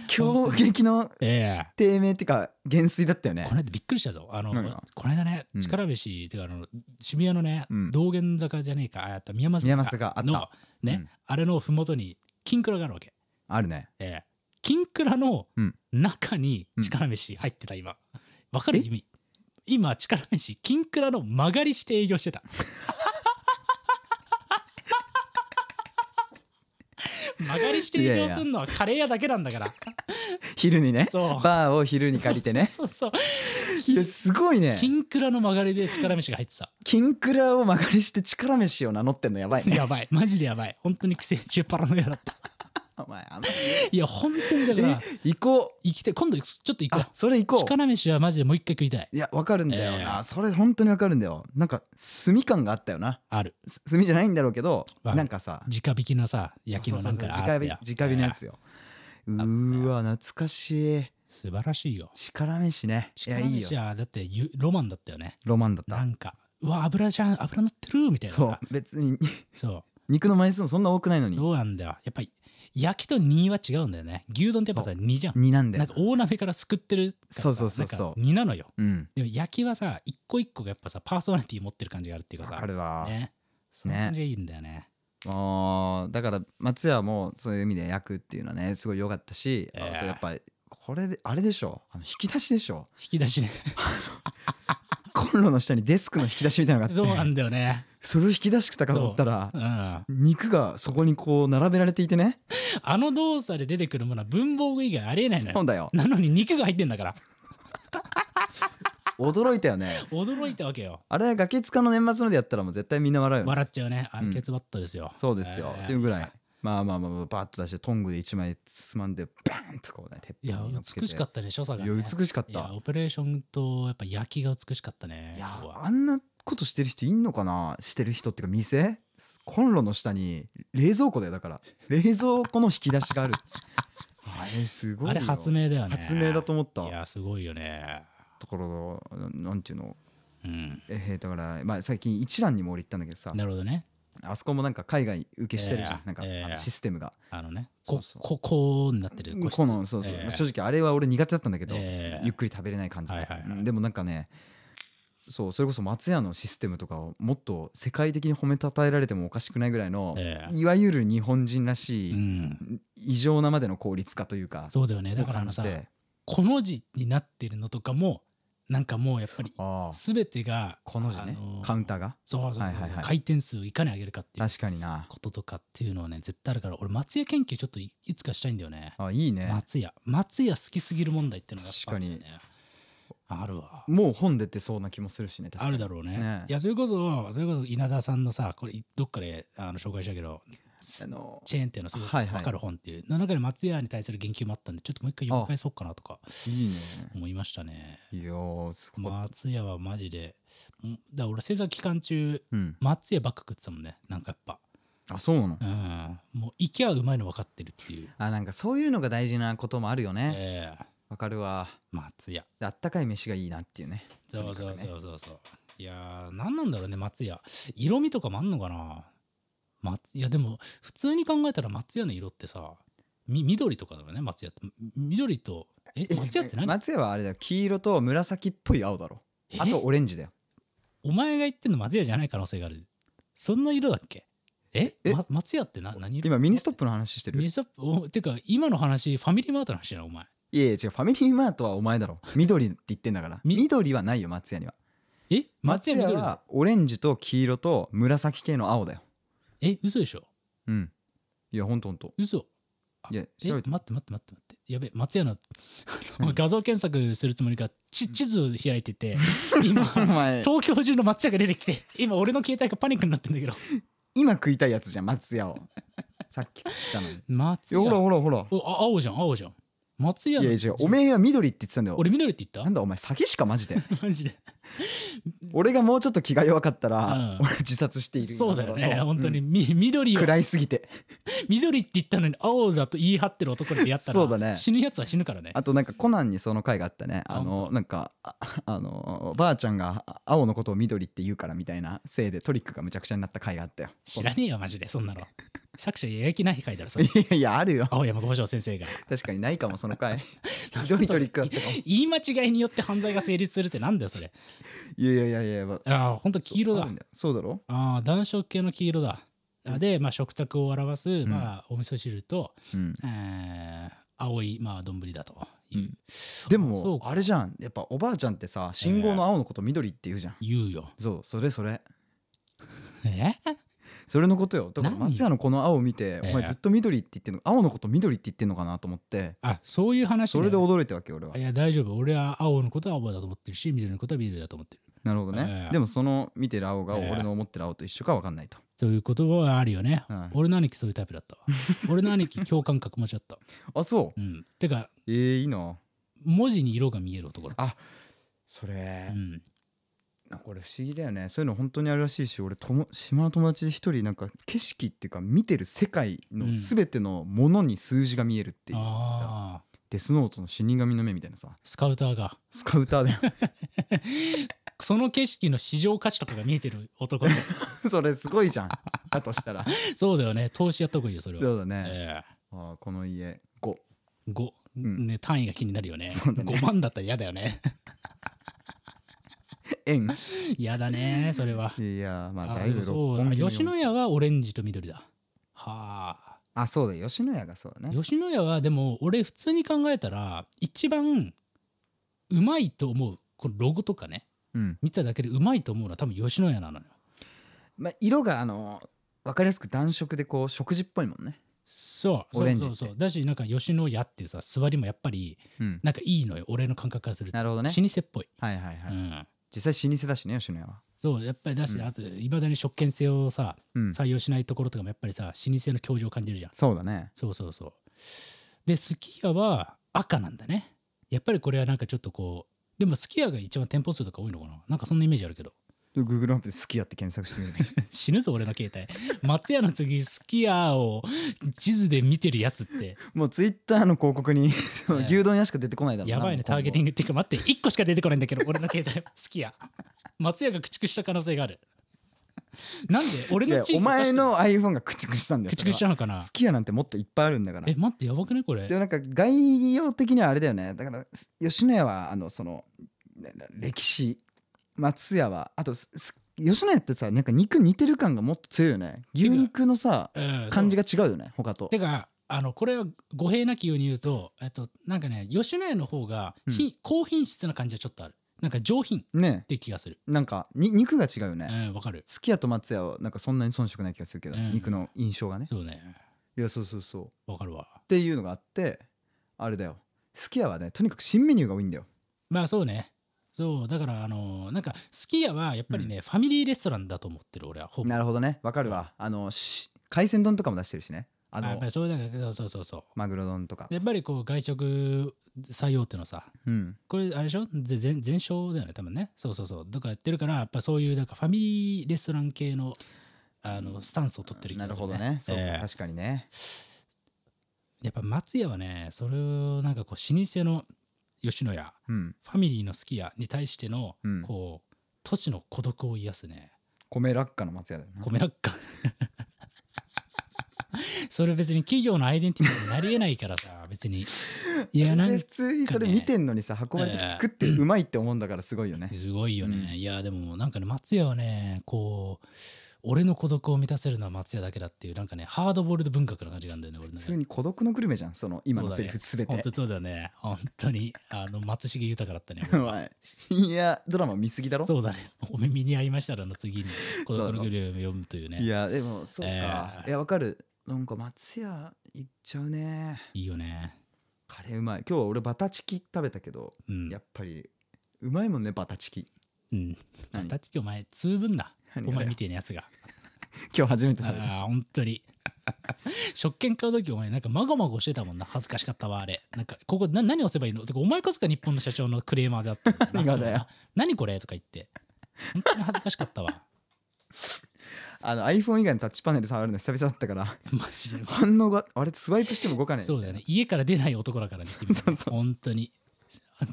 Speaker 3: 強 *laughs* 撃の
Speaker 2: え
Speaker 3: 低迷っていうか減衰だったよ
Speaker 2: え
Speaker 3: ね
Speaker 2: この間びっくりしたぞあの
Speaker 3: 何が
Speaker 2: この間ね
Speaker 3: うん
Speaker 2: 力飯っていうかあの渋谷のね、
Speaker 3: うん
Speaker 2: 道玄坂じゃねえかあやった宮益
Speaker 3: 宮益坂あった
Speaker 2: のね、
Speaker 3: うん
Speaker 2: あれのふもとに金蔵があるわけ
Speaker 3: あるね
Speaker 2: ええ金蔵の
Speaker 3: うん
Speaker 2: 中に力飯入ってた今わかる
Speaker 3: え
Speaker 2: 意味今力飯金蔵の曲がりして営業して
Speaker 3: *laughs*
Speaker 2: た曲がりして営業すんのはカレー屋だけなんだから
Speaker 3: 昼にね
Speaker 2: そう
Speaker 3: バーを昼に借りてね
Speaker 2: そうそう
Speaker 3: いやすごいね
Speaker 2: 金蔵の曲がりで力飯が入ってた
Speaker 3: 金クラを曲がりして力飯を名乗ってんのやばいね
Speaker 2: やばいマジでやばい本当に寄生虫パラノイアだった
Speaker 3: お前あんま
Speaker 2: いや本当にだか
Speaker 3: え
Speaker 2: ら
Speaker 3: 行こう
Speaker 2: 生きて今度ちょっと行こ
Speaker 3: あそれ行
Speaker 2: う
Speaker 3: こう
Speaker 2: 力飯はマジでもう一回食いたい
Speaker 3: いやわかるんだよ
Speaker 2: ええ
Speaker 3: な、それ本当にわかるんだよなんか炭感があったよな
Speaker 2: ある
Speaker 3: す炭じゃないんだろうけど
Speaker 2: わかる
Speaker 3: なんかさ
Speaker 2: 直引きのさ焼きのなんか
Speaker 3: そう
Speaker 2: あ
Speaker 3: そうそう
Speaker 2: った
Speaker 3: 直
Speaker 2: や
Speaker 3: 火直火のやつようーわ懐かしい
Speaker 2: 素晴らしいよ
Speaker 3: 力飯ねいや
Speaker 2: 力
Speaker 3: いい
Speaker 2: 飯
Speaker 3: よ
Speaker 2: はだってゆロマンだったよね
Speaker 3: ロマンだっ
Speaker 2: な
Speaker 3: た
Speaker 2: んかうわ油じゃん油乗ってるみたいな
Speaker 3: そう
Speaker 2: さ
Speaker 3: 別に
Speaker 2: そ
Speaker 3: 肉の枚数もそんな多くないの
Speaker 2: う
Speaker 3: に
Speaker 2: そうなんだよやっぱり焼きと煮は違うんだよね牛丼ってやっぱさ煮じゃん
Speaker 3: 2なんだ
Speaker 2: な
Speaker 3: よ
Speaker 2: んか大鍋からすくってるからさ
Speaker 3: そうそうそうそう
Speaker 2: なんか煮なのよ
Speaker 3: うん
Speaker 2: でも焼きはさ一個一個がやっぱさパーソナリティ持ってる感じがあるっていうか
Speaker 3: わ
Speaker 2: さ
Speaker 3: かるわ
Speaker 2: ねその感じがいいんだよね
Speaker 3: もうだから松屋もそういう意味で焼くっていうのはねすごい良かったし、
Speaker 2: ええ
Speaker 3: あとやっぱりこれであれでしょあの引き出しでしょ
Speaker 2: 引き出しね
Speaker 3: コンロの下にデスクの引き出しみたいなのがあって
Speaker 2: そうなんだよね
Speaker 3: それを引き出したかと思ったら
Speaker 2: うんあ
Speaker 3: 肉がそこにこう並べられていてね
Speaker 2: の動作で出てくるものは文房具以外ありえないのよ
Speaker 3: そうだよ
Speaker 2: なのに肉が入ってんだから
Speaker 3: 驚いたよね
Speaker 2: 驚いたわけよ
Speaker 3: あれ崖つかの年末のでやったらもう絶対みんな笑うよね
Speaker 2: 笑っちゃうねあ
Speaker 3: う
Speaker 2: れ
Speaker 3: ん
Speaker 2: ケツバットですよ、
Speaker 3: そうですよ
Speaker 2: えー
Speaker 3: っていうぐらいまあまあまあまあバッと出してトングで一枚つまんでバーンとこうね鉄
Speaker 2: いや
Speaker 3: 板に乗っけて
Speaker 2: 美しかったね所作が、
Speaker 3: い
Speaker 2: ね、
Speaker 3: や美しかっ
Speaker 2: い
Speaker 3: た
Speaker 2: やオペレーションとやっぱ焼きが美しかったね
Speaker 3: い
Speaker 2: 今
Speaker 3: や
Speaker 2: 日は
Speaker 3: あんなことしてる人いんのかなしてる人っていうか店コンロの下に冷蔵庫だよだから冷蔵庫の引き出しがある *laughs* あれすごい
Speaker 2: あ
Speaker 3: よ
Speaker 2: れ発明だよね
Speaker 3: 発明だと思った
Speaker 2: いやすごいよね
Speaker 3: ところのなんていうの
Speaker 2: うん
Speaker 3: えーだから、まあ、最近一蘭にも俺行ったんだけどさ
Speaker 2: なるほどね
Speaker 3: あそこもなんか海外受けしてるじゃん、
Speaker 2: えー
Speaker 3: なんか、
Speaker 2: えー
Speaker 3: あのシステムが
Speaker 2: あのね
Speaker 3: そ
Speaker 2: こ
Speaker 3: うそう
Speaker 2: ここうになってる個室
Speaker 3: このそうそう、
Speaker 2: ええ
Speaker 3: まあ正直あれは俺苦手だったんだけど、
Speaker 2: ええ
Speaker 3: ゆっくり食べれない感じが、
Speaker 2: はいはいはい
Speaker 3: うんでもなんかねそうそれこそ松屋のシステムとかをもっと世界的に褒めたたえられてもおかしくないぐらいの、
Speaker 2: ええ
Speaker 3: いわゆる日本人らし
Speaker 2: う
Speaker 3: い、
Speaker 2: ん
Speaker 3: 異常なまでの効率化というか
Speaker 2: そうだよねだからあのさこの字になってるのとかもなんかもうやっぱり
Speaker 3: ああ
Speaker 2: 全てが
Speaker 3: この字ね、
Speaker 2: あのー
Speaker 3: カウンターが
Speaker 2: そうそうそうそう、
Speaker 3: はいはいはい
Speaker 2: 回転数をいかに上げるかっていう
Speaker 3: 確かにな
Speaker 2: こととかっていうのはね絶対あるから俺松屋研究ちょっといいつかしたいんだよね
Speaker 3: あいいね
Speaker 2: 松屋松屋好きすぎる問題ってのがやっぱあるんだよねあるわ
Speaker 3: もう本出てそうな気もするしね確か
Speaker 2: あ
Speaker 3: に
Speaker 2: るだろうね
Speaker 3: ね
Speaker 2: いやそれこそそれこそ稲田さんのさこれどっかであの紹介したけど
Speaker 3: あの
Speaker 2: チェーン店のすご
Speaker 3: はい
Speaker 2: さ
Speaker 3: はい
Speaker 2: 分かる本っていう、の中で松屋に対する言及もあったんでちょっともう一回読み返そうかなとか
Speaker 3: いいね
Speaker 2: 思いましたね
Speaker 3: いやーすごい、
Speaker 2: 松屋はマジでんだから俺制作期間中
Speaker 3: うん、
Speaker 2: 松屋ばっか食ってたもんねなんかやっぱ
Speaker 3: あそうなの
Speaker 2: うんもう行きはうまいの分かってるっていう
Speaker 3: あなんかそういうのが大事なこともあるよね
Speaker 2: ええ
Speaker 3: わかるわ
Speaker 2: 松屋
Speaker 3: あったかい飯がいいなっていうね
Speaker 2: そうそ
Speaker 3: とに
Speaker 2: う
Speaker 3: かくね
Speaker 2: そうそうそう、いやー何なんだろうね松屋色味とかもあんのかな松いやでも普通に考えたら松屋の色ってさみ緑とかだよね松屋ってみ緑とえ松屋って何
Speaker 3: 松屋はあれだよ黄色と紫っぽい青だろ
Speaker 2: え
Speaker 3: あとオレンジだよ
Speaker 2: お前が言ってんの松屋じゃない可能性があるそんな色だっけえ
Speaker 3: え
Speaker 2: ま松屋ってな何色
Speaker 3: 今ミニストップの話して
Speaker 2: ミ
Speaker 3: る
Speaker 2: ニストップおてか今の話ファミリーマートの話だなお前
Speaker 3: いやいや違うファミリーマートはお前だろ緑って言ってんだから
Speaker 2: み
Speaker 3: 緑はないよ松屋には
Speaker 2: え松
Speaker 3: 松
Speaker 2: 屋
Speaker 3: 屋
Speaker 2: 緑だ
Speaker 3: はオレンジと黄色と紫系の青だよ
Speaker 2: え嘘でしょ
Speaker 3: うんいやほんとほんと
Speaker 2: 嘘
Speaker 3: いや
Speaker 2: え
Speaker 3: 調べ
Speaker 2: 待ってて待って待って待ってやべ松屋の *laughs* あの画像検索するつもりがち地図を開いて
Speaker 3: *laughs*
Speaker 2: て今
Speaker 3: お前
Speaker 2: 東京中の松屋が出てきて今俺の携帯がパニックになってんだけど
Speaker 3: 今食いたいやつじゃん
Speaker 2: *laughs*
Speaker 3: 松屋をさっき食ったのにい
Speaker 2: 松
Speaker 3: や
Speaker 2: 屋
Speaker 3: ほらほらほら
Speaker 2: おあ青じゃん青じゃん松屋
Speaker 3: い
Speaker 2: の
Speaker 3: やいや違うおめえは緑って言ってたんだよ
Speaker 2: 俺緑って言っ
Speaker 3: な
Speaker 2: た
Speaker 3: んだお前詐欺師かマジで
Speaker 2: マジで
Speaker 3: 俺がもうちょっと気が弱かったら
Speaker 2: うん
Speaker 3: *laughs* 俺自殺している
Speaker 2: そうだよ
Speaker 3: 今
Speaker 2: ね
Speaker 3: 頃
Speaker 2: 本当に、み緑
Speaker 3: うん
Speaker 2: を
Speaker 3: 暗いす
Speaker 2: *laughs*
Speaker 3: ぎて
Speaker 2: 緑って言ったのに青だと言い張ってる男に出会ったら
Speaker 3: そうだね
Speaker 2: 死ぬやつは死ぬからね
Speaker 3: あとなんかコナンにその回があったねあ
Speaker 2: あ本
Speaker 3: のなんかあ *laughs* あのばあちゃんがあ青のことを緑って言うからみたいなせいでトリックがむちゃくちゃになった回があったよ
Speaker 2: 知らねえよマジでそんなの作者やる気ない回だろそれ
Speaker 3: *laughs* いやいやあるよ
Speaker 2: 青山五条先生が
Speaker 3: 確かにないかもそ
Speaker 2: *laughs*
Speaker 3: の回ひどいトリックだったかも
Speaker 2: 言い間違いによって犯罪が成立するってなんだよそれ
Speaker 3: いやいやいやいやば
Speaker 2: ああほんと黄色
Speaker 3: あ
Speaker 2: だ
Speaker 3: るんよそうだろ
Speaker 2: ああ暖色系の黄色だあで、まあ、食卓を表す、
Speaker 3: ん
Speaker 2: まあ、お味噌汁と、
Speaker 3: うん
Speaker 2: えー青い、まあ、丼だという、
Speaker 3: うんで
Speaker 2: そう
Speaker 3: も
Speaker 2: か
Speaker 3: あれじゃんやっぱおばあちゃんってさ信号の青のこと緑って言うじゃん
Speaker 2: 言う
Speaker 3: *laughs*
Speaker 2: よ
Speaker 3: そうそれそれ
Speaker 2: え
Speaker 3: それのことよだから
Speaker 2: 何
Speaker 3: 松屋のこの青を見て
Speaker 2: え
Speaker 3: お前ずっと緑って言ってんの青のこと緑って言ってんのかなと思って
Speaker 2: あそういう話
Speaker 3: そ
Speaker 2: ね
Speaker 3: れで驚いたわけ俺はい
Speaker 2: や大丈夫俺は青のことは青だと思ってるし緑のことは緑だと思ってる
Speaker 3: なるほど
Speaker 2: え
Speaker 3: ね、
Speaker 2: え
Speaker 3: でもその見てる青が
Speaker 2: ええ
Speaker 3: 俺の思ってる青と一緒か分かんないと、
Speaker 2: そういう言葉はあるよね、
Speaker 3: うん
Speaker 2: 俺の兄貴そういうタイプ
Speaker 3: *laughs*
Speaker 2: だったわ俺の兄貴共感覚持ちだった
Speaker 3: あそ
Speaker 2: うんてか
Speaker 3: うええいいな
Speaker 2: 文字に色が見える男だ
Speaker 3: あそれ
Speaker 2: う、ん
Speaker 3: なんかこれ不思議だよねそういうの本当にあるらしいし俺とも島の友達一人なんか景色っていうか見てる世界の
Speaker 2: うん
Speaker 3: 全てのものに数字が見えるっていう、
Speaker 2: ああ
Speaker 3: デスノートの死神の目みたいなさ
Speaker 2: スカウターが
Speaker 3: スカウターだよ *laughs*
Speaker 2: その景色の市場価値とかが見えてる男だ
Speaker 3: それすごいじゃんだとしたら *laughs*
Speaker 2: そうだよね投資やった方がいいよそれは
Speaker 3: そうだね、
Speaker 2: え
Speaker 3: あーこの家5
Speaker 2: え5、
Speaker 3: ん
Speaker 2: ね、単位が気になるよね
Speaker 3: そうだね
Speaker 2: 5万だったら嫌だよね *laughs*
Speaker 3: 円
Speaker 2: 嫌だねそれはい
Speaker 3: やまあ
Speaker 2: あ
Speaker 3: だい
Speaker 2: で
Speaker 3: ぶ
Speaker 2: もそうあ
Speaker 3: 六本木の
Speaker 2: 吉野家はオレンジと緑だはあ
Speaker 3: あそうだ吉野家がそうだね
Speaker 2: 吉野家はでも俺普通に考えたら一番うまいと思うこのロゴとかね
Speaker 3: うん
Speaker 2: 見ただけでうまいと思うのは多分吉野家なのよ
Speaker 3: まあ、色があの分かりやすく暖色でこう食事っぽいもんね、
Speaker 2: そうそ
Speaker 3: オレ
Speaker 2: う
Speaker 3: ンジ
Speaker 2: そ
Speaker 3: っ
Speaker 2: う
Speaker 3: て
Speaker 2: そうだしなんか吉野家っていうさ座りもやっぱり
Speaker 3: うん、
Speaker 2: なんかいいのよ俺の感覚からすると
Speaker 3: なるほどね
Speaker 2: 老舗っぽい、
Speaker 3: はいはいはい、
Speaker 2: うん
Speaker 3: 実際老舗だしね吉野家は
Speaker 2: そうやっぱりだし、
Speaker 3: うん
Speaker 2: あといまだに食券性をさ
Speaker 3: うん
Speaker 2: 採用しないところとかもやっぱりさ老舗の教授を感じるじゃん
Speaker 3: そうだね
Speaker 2: そうそうそうですき家は赤なんだねやっぱりこれはなんかちょっとこうでもすき家が一番店舗数とか多いのかななんかそんなイメージあるけど *laughs*
Speaker 3: Google マップで「好きや」って検索してみるべき
Speaker 2: 死ぬぞ俺の携帯松屋の次すき家を地図で見てるやつ
Speaker 3: *laughs*
Speaker 2: って
Speaker 3: *laughs* もう Twitter の広 *laughs* 告に
Speaker 2: え
Speaker 3: 牛丼屋しか出てこないだろうな
Speaker 2: やばいねターゲティングっていうか待って1個しか出てこないんだ
Speaker 3: *laughs*
Speaker 2: けど俺の携帯すき家松屋が駆逐した可能性があるなんで俺
Speaker 3: 違
Speaker 2: の
Speaker 3: う
Speaker 2: 地域
Speaker 3: お前の iPhone が駆逐したんだよ
Speaker 2: 駆逐したのかな
Speaker 3: 好きやなんてもっといっぱいあるんだから
Speaker 2: え待ってやばくねこれ
Speaker 3: でもなんか概要的にはあれだよねだからす吉野家はあのそのね歴史松屋はあとすす吉野家ってさなんか肉似てる感がもっと強いよね牛肉のさ
Speaker 2: うん
Speaker 3: 感じが違うよね他と
Speaker 2: てかあのこれは語弊なきように言うと、えっと、なんかね吉野家の方が、
Speaker 3: うん
Speaker 2: ひ高品質な感じはちょっとあるなんか上品っ
Speaker 3: ね
Speaker 2: て気がする
Speaker 3: なんかに肉が違うよ
Speaker 2: う
Speaker 3: ね
Speaker 2: んわかる
Speaker 3: すき家と松屋はなんかそんなに遜色ない気がするけど
Speaker 2: うん
Speaker 3: 肉の印象がね
Speaker 2: そうね
Speaker 3: いやそうそうそうっ
Speaker 2: わかるわ
Speaker 3: ていうのがあってあれだよすき家はねとにかく新メニューが多いんだよ
Speaker 2: まあそうねそうだからあのなんかすき家はやっぱりね、ファミリーレストランだと思ってる俺はほぼ
Speaker 3: なるほどねわかるわあのし海鮮丼とかも出してるしね
Speaker 2: あ
Speaker 3: あ
Speaker 2: やっ
Speaker 3: の
Speaker 2: ぱりそうだけどそうそうそ
Speaker 3: マグロ丼とか
Speaker 2: うやっぱりこう外食最大手のさ
Speaker 3: うん
Speaker 2: これあれでしょぜ全全勝だよね多分ねそうそうそうとかやってるからやっぱそういうなんかファミリーレストラン系のあのスタンスを取ってる気
Speaker 3: な
Speaker 2: が
Speaker 3: る
Speaker 2: す
Speaker 3: ほ
Speaker 2: る、
Speaker 3: どねそうか
Speaker 2: ええ
Speaker 3: 確かにね
Speaker 2: やっぱ松屋はねそれをなんかこう老舗の吉野家
Speaker 3: うん
Speaker 2: ファミリーのすき家に対しての、
Speaker 3: うん
Speaker 2: こう都市の孤独を癒すね
Speaker 3: 米落下の松屋だよな
Speaker 2: 米落下 *laughs* それ別に企業のアイデンティティになりえないからさ別にいやなん
Speaker 3: で
Speaker 2: か
Speaker 3: 普通にそれ見てんのにさ運ばれて食ってうまいって思うんだからすごいよね
Speaker 2: すごいよね、
Speaker 3: うん
Speaker 2: いやでもなんかね松屋はねこう俺の孤独を満たせるのは松屋だけだっていうなんかねハードボイルド文学の感じがあるんだよね俺
Speaker 3: 普
Speaker 2: のね
Speaker 3: 通に孤独のグルメじゃんその今の
Speaker 2: そうだ
Speaker 3: セ
Speaker 2: ね
Speaker 3: リフすべて、
Speaker 2: 本当そうだよね本当にあの松重豊だったね *laughs*
Speaker 3: *laughs* お前深夜ドラマ見すぎだろ
Speaker 2: そうだねお耳に合いましたらの次に孤独のグルメを読むという
Speaker 3: い
Speaker 2: ね
Speaker 3: やでもそうか、
Speaker 2: えー
Speaker 3: いやわかるなんか松屋行っちゃうね
Speaker 2: いいよね
Speaker 3: カレーうまい今日は俺バタチキ食べたけど、
Speaker 2: うん
Speaker 3: やっぱりうまいもんねバタチキ
Speaker 2: うん
Speaker 3: 何
Speaker 2: たちお前通分だ
Speaker 3: 何が
Speaker 2: お
Speaker 3: だ
Speaker 2: 前
Speaker 3: よ
Speaker 2: みてえなやつが
Speaker 3: *laughs* 今日初めて食べた
Speaker 2: ああ本当に食券買う時お前なんかまごまごしてたもんな恥ずかしかったわあれなんかここな何押せばいいのてかお前こそが日本の社長のクレーマーだったんだな
Speaker 3: 何がだよ
Speaker 2: なんか何これとか言って本当に恥ずかしかった
Speaker 3: *laughs*
Speaker 2: わ
Speaker 3: あの iPhone 以外のタッチパネル触るの久々だったから
Speaker 2: マジで
Speaker 3: 反応があれスワイプしても動かない
Speaker 2: そうだよね家から出ない男だからね君は
Speaker 3: そうそう
Speaker 2: 本当に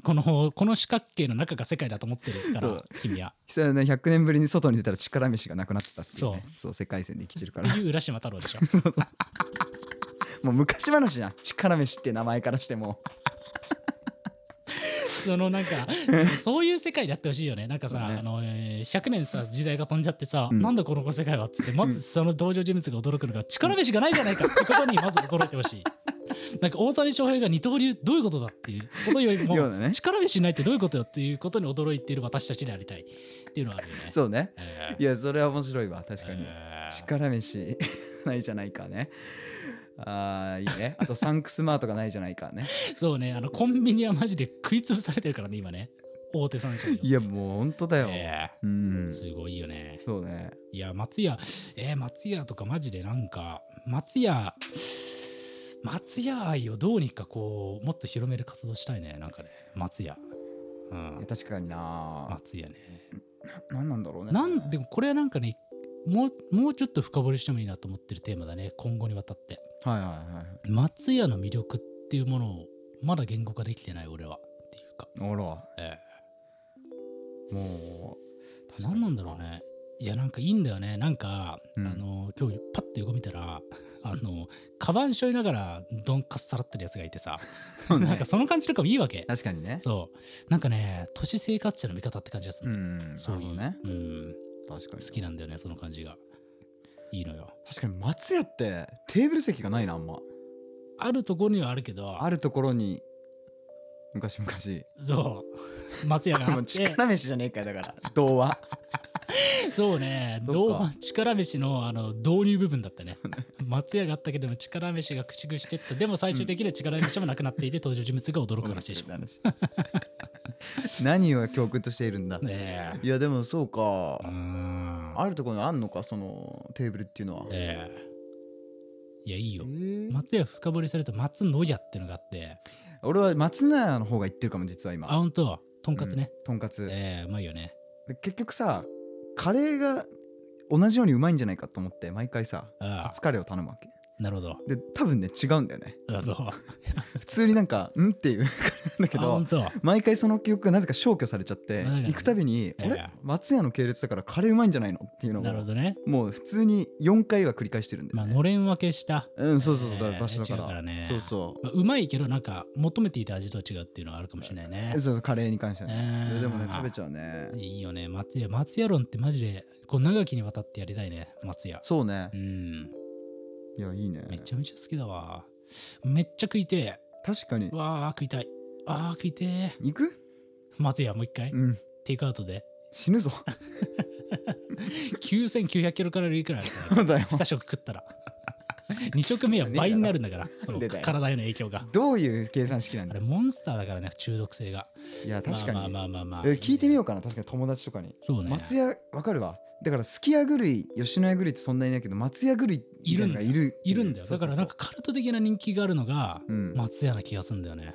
Speaker 2: このこの四角形の中が世界だと思ってるから
Speaker 3: そう
Speaker 2: 君は
Speaker 3: 久々ね100年ぶりに外に出たら力飯がなくなってたっていう,、ね、
Speaker 2: そ
Speaker 3: そう世界線で生きてるか
Speaker 2: っ
Speaker 3: ら *laughs*
Speaker 2: ていう浦島太郎でしょ
Speaker 3: もう昔話じゃん力飯って名前からしても
Speaker 2: そのなん
Speaker 3: *laughs*
Speaker 2: かそういう世界でやってほしいよねなんかさ、
Speaker 3: そうね
Speaker 2: あのえー100年さ時代が飛んじゃってさ、
Speaker 3: うん
Speaker 2: なんだこの世界はっつってまずその登場人物が驚くのが力飯がないじゃないか
Speaker 3: *laughs*
Speaker 2: ってことにまず驚いてほしい。なんか大谷翔平が二刀流どういうことだっていうことよりも
Speaker 3: ようなね
Speaker 2: 力飯ないってどういうことよっていうことに驚いている私たちでありたいっていうのはあるよね。
Speaker 3: そうね
Speaker 2: えー
Speaker 3: いやそれは面白いわ確かに、
Speaker 2: えー
Speaker 3: 力飯 *laughs* ないじゃないかねあーいいねあとサンクスマートがないじゃないかね
Speaker 2: そうねあのコンビニはマジで食い潰されてるからね今ね大手三社によって
Speaker 3: いやもう本当だよ、
Speaker 2: え
Speaker 3: うん
Speaker 2: ーすごいよね。
Speaker 3: そうね
Speaker 2: いや、松屋、えー、松屋とかマジでなんか、松屋、松屋愛をどうにかこう、もっと広める活動したいね、なんかね、松屋。う
Speaker 3: いや
Speaker 2: ん、
Speaker 3: 確かにな
Speaker 2: 松屋ね。
Speaker 3: 何なんだろうね
Speaker 2: なんでもこれはなんかね、もうもうちょっと深掘りしてもいいなと思ってるテーマだね、今後にわたって。
Speaker 3: はいはいはい
Speaker 2: 松屋の魅力っていうものを、まだ言語化できてない、俺は。っていうか、
Speaker 3: あらも
Speaker 2: え
Speaker 3: う
Speaker 2: ー、
Speaker 3: 確か
Speaker 2: 何
Speaker 3: に
Speaker 2: なんだろうね。いや、なんかいいんだよね、なんか、
Speaker 3: うん
Speaker 2: あの今日パッと横見たらあのカバン背負いながらどんかすさらってるやつがいてさ
Speaker 3: *laughs* そうね
Speaker 2: なんかその感じとかもいいわけ
Speaker 3: 確かにね
Speaker 2: そうなんかね都市生活者の味方って感じがす
Speaker 3: う
Speaker 2: る、
Speaker 3: ん
Speaker 2: そういう、
Speaker 3: なる
Speaker 2: うん、
Speaker 3: ほどね確か
Speaker 2: 好
Speaker 3: に
Speaker 2: きなんだよねその感じがいいのよ
Speaker 3: 確かに松屋ってテーブル席がないなあんま
Speaker 2: あるところにはあるけど
Speaker 3: あるところに昔昔
Speaker 2: そう松屋があ
Speaker 3: も
Speaker 2: っ
Speaker 3: う
Speaker 2: て
Speaker 3: 力飯じゃねえかよだから童話
Speaker 2: そうね
Speaker 3: そっか
Speaker 2: どう力飯のあの導入部分だった
Speaker 3: *laughs*
Speaker 2: ね松屋があったけども力飯が駆逐してったでも最終的には力飯もなくなっていて登場人物が驚く話でしょ、
Speaker 3: *laughs* 何を教訓としているんだ
Speaker 2: ねえ
Speaker 3: いやでもそうか
Speaker 2: うーん
Speaker 3: あるところにあんのかそのテーブルっていうのはえ
Speaker 2: ええいやいいよ
Speaker 3: ー
Speaker 2: 松屋深掘りされた松の屋ってのがあって
Speaker 3: 俺は松菜屋の方が行ってるかも実は今
Speaker 2: あほんととんかつね、
Speaker 3: うんとんかつ
Speaker 2: ええうまいよね
Speaker 3: で結局さカレーが同じようにうまいんじゃないかと思って毎回さ
Speaker 2: あ
Speaker 3: 疲れを頼むわけ
Speaker 2: あなるほど
Speaker 3: で多分ね違うんだよね
Speaker 2: あそう
Speaker 3: 普通になんか「ん?」っていうだけ
Speaker 2: あほ
Speaker 3: ど
Speaker 2: んと
Speaker 3: 毎回その記憶がなぜか消去されちゃっ
Speaker 2: まあ
Speaker 3: て
Speaker 2: だからね
Speaker 3: 行くたびに「
Speaker 2: え
Speaker 3: あ
Speaker 2: え
Speaker 3: れ松屋の系列だからカレーうまいんじゃないの?」っていうの
Speaker 2: なるほ
Speaker 3: を
Speaker 2: どね
Speaker 3: もう普通に4回は繰り返してるんだ
Speaker 2: ま
Speaker 3: よ
Speaker 2: あ
Speaker 3: ね
Speaker 2: のれん分けした
Speaker 3: うんそうそうそう
Speaker 2: え
Speaker 3: だ
Speaker 2: え
Speaker 3: 場所だ
Speaker 2: 違う
Speaker 3: か
Speaker 2: から
Speaker 3: ら
Speaker 2: ね
Speaker 3: そうそう
Speaker 2: まあうまいけどなんか求めていた味とは違うっていうのはあるかもしれないね
Speaker 3: そうそうカレーに関してはね
Speaker 2: ええ
Speaker 3: いやでもね食べちゃうね
Speaker 2: いいよね松屋松屋論ってマジでこう長きにわたってやりたいね松屋
Speaker 3: そうね
Speaker 2: うん
Speaker 3: いやいいね
Speaker 2: めちゃめちゃ好きだわめっちゃ食いてえ
Speaker 3: 確かに
Speaker 2: うわあ食いたいあー食いてえ
Speaker 3: 行く
Speaker 2: 松屋もう一回
Speaker 3: うん
Speaker 2: テイクアウトで *laughs*
Speaker 3: 死ぬぞ
Speaker 2: 9900キロカロリーくらいあるから
Speaker 3: そうだよ
Speaker 2: 2食食ったら2食目は倍になるんだからそう
Speaker 3: 出たよ
Speaker 2: 体への影響が
Speaker 3: どういう計算式なん
Speaker 2: あ
Speaker 3: だ
Speaker 2: れモンスターだからね中毒性が
Speaker 3: いや確かに、
Speaker 2: まあまあまあまあ、まあ、
Speaker 3: え聞いてみようかな確かに友達とかに、
Speaker 2: そうね
Speaker 3: 松屋わかるわだからすき家狂い吉野家狂いってそんなにいないけど松屋狂いみたいなのが
Speaker 2: い
Speaker 3: いる
Speaker 2: いるんだよ
Speaker 3: そう
Speaker 2: だか
Speaker 3: そうそ
Speaker 2: ら
Speaker 3: う
Speaker 2: なんかカルト的な人気があるのが
Speaker 3: うん
Speaker 2: 松屋な気がするんだよね、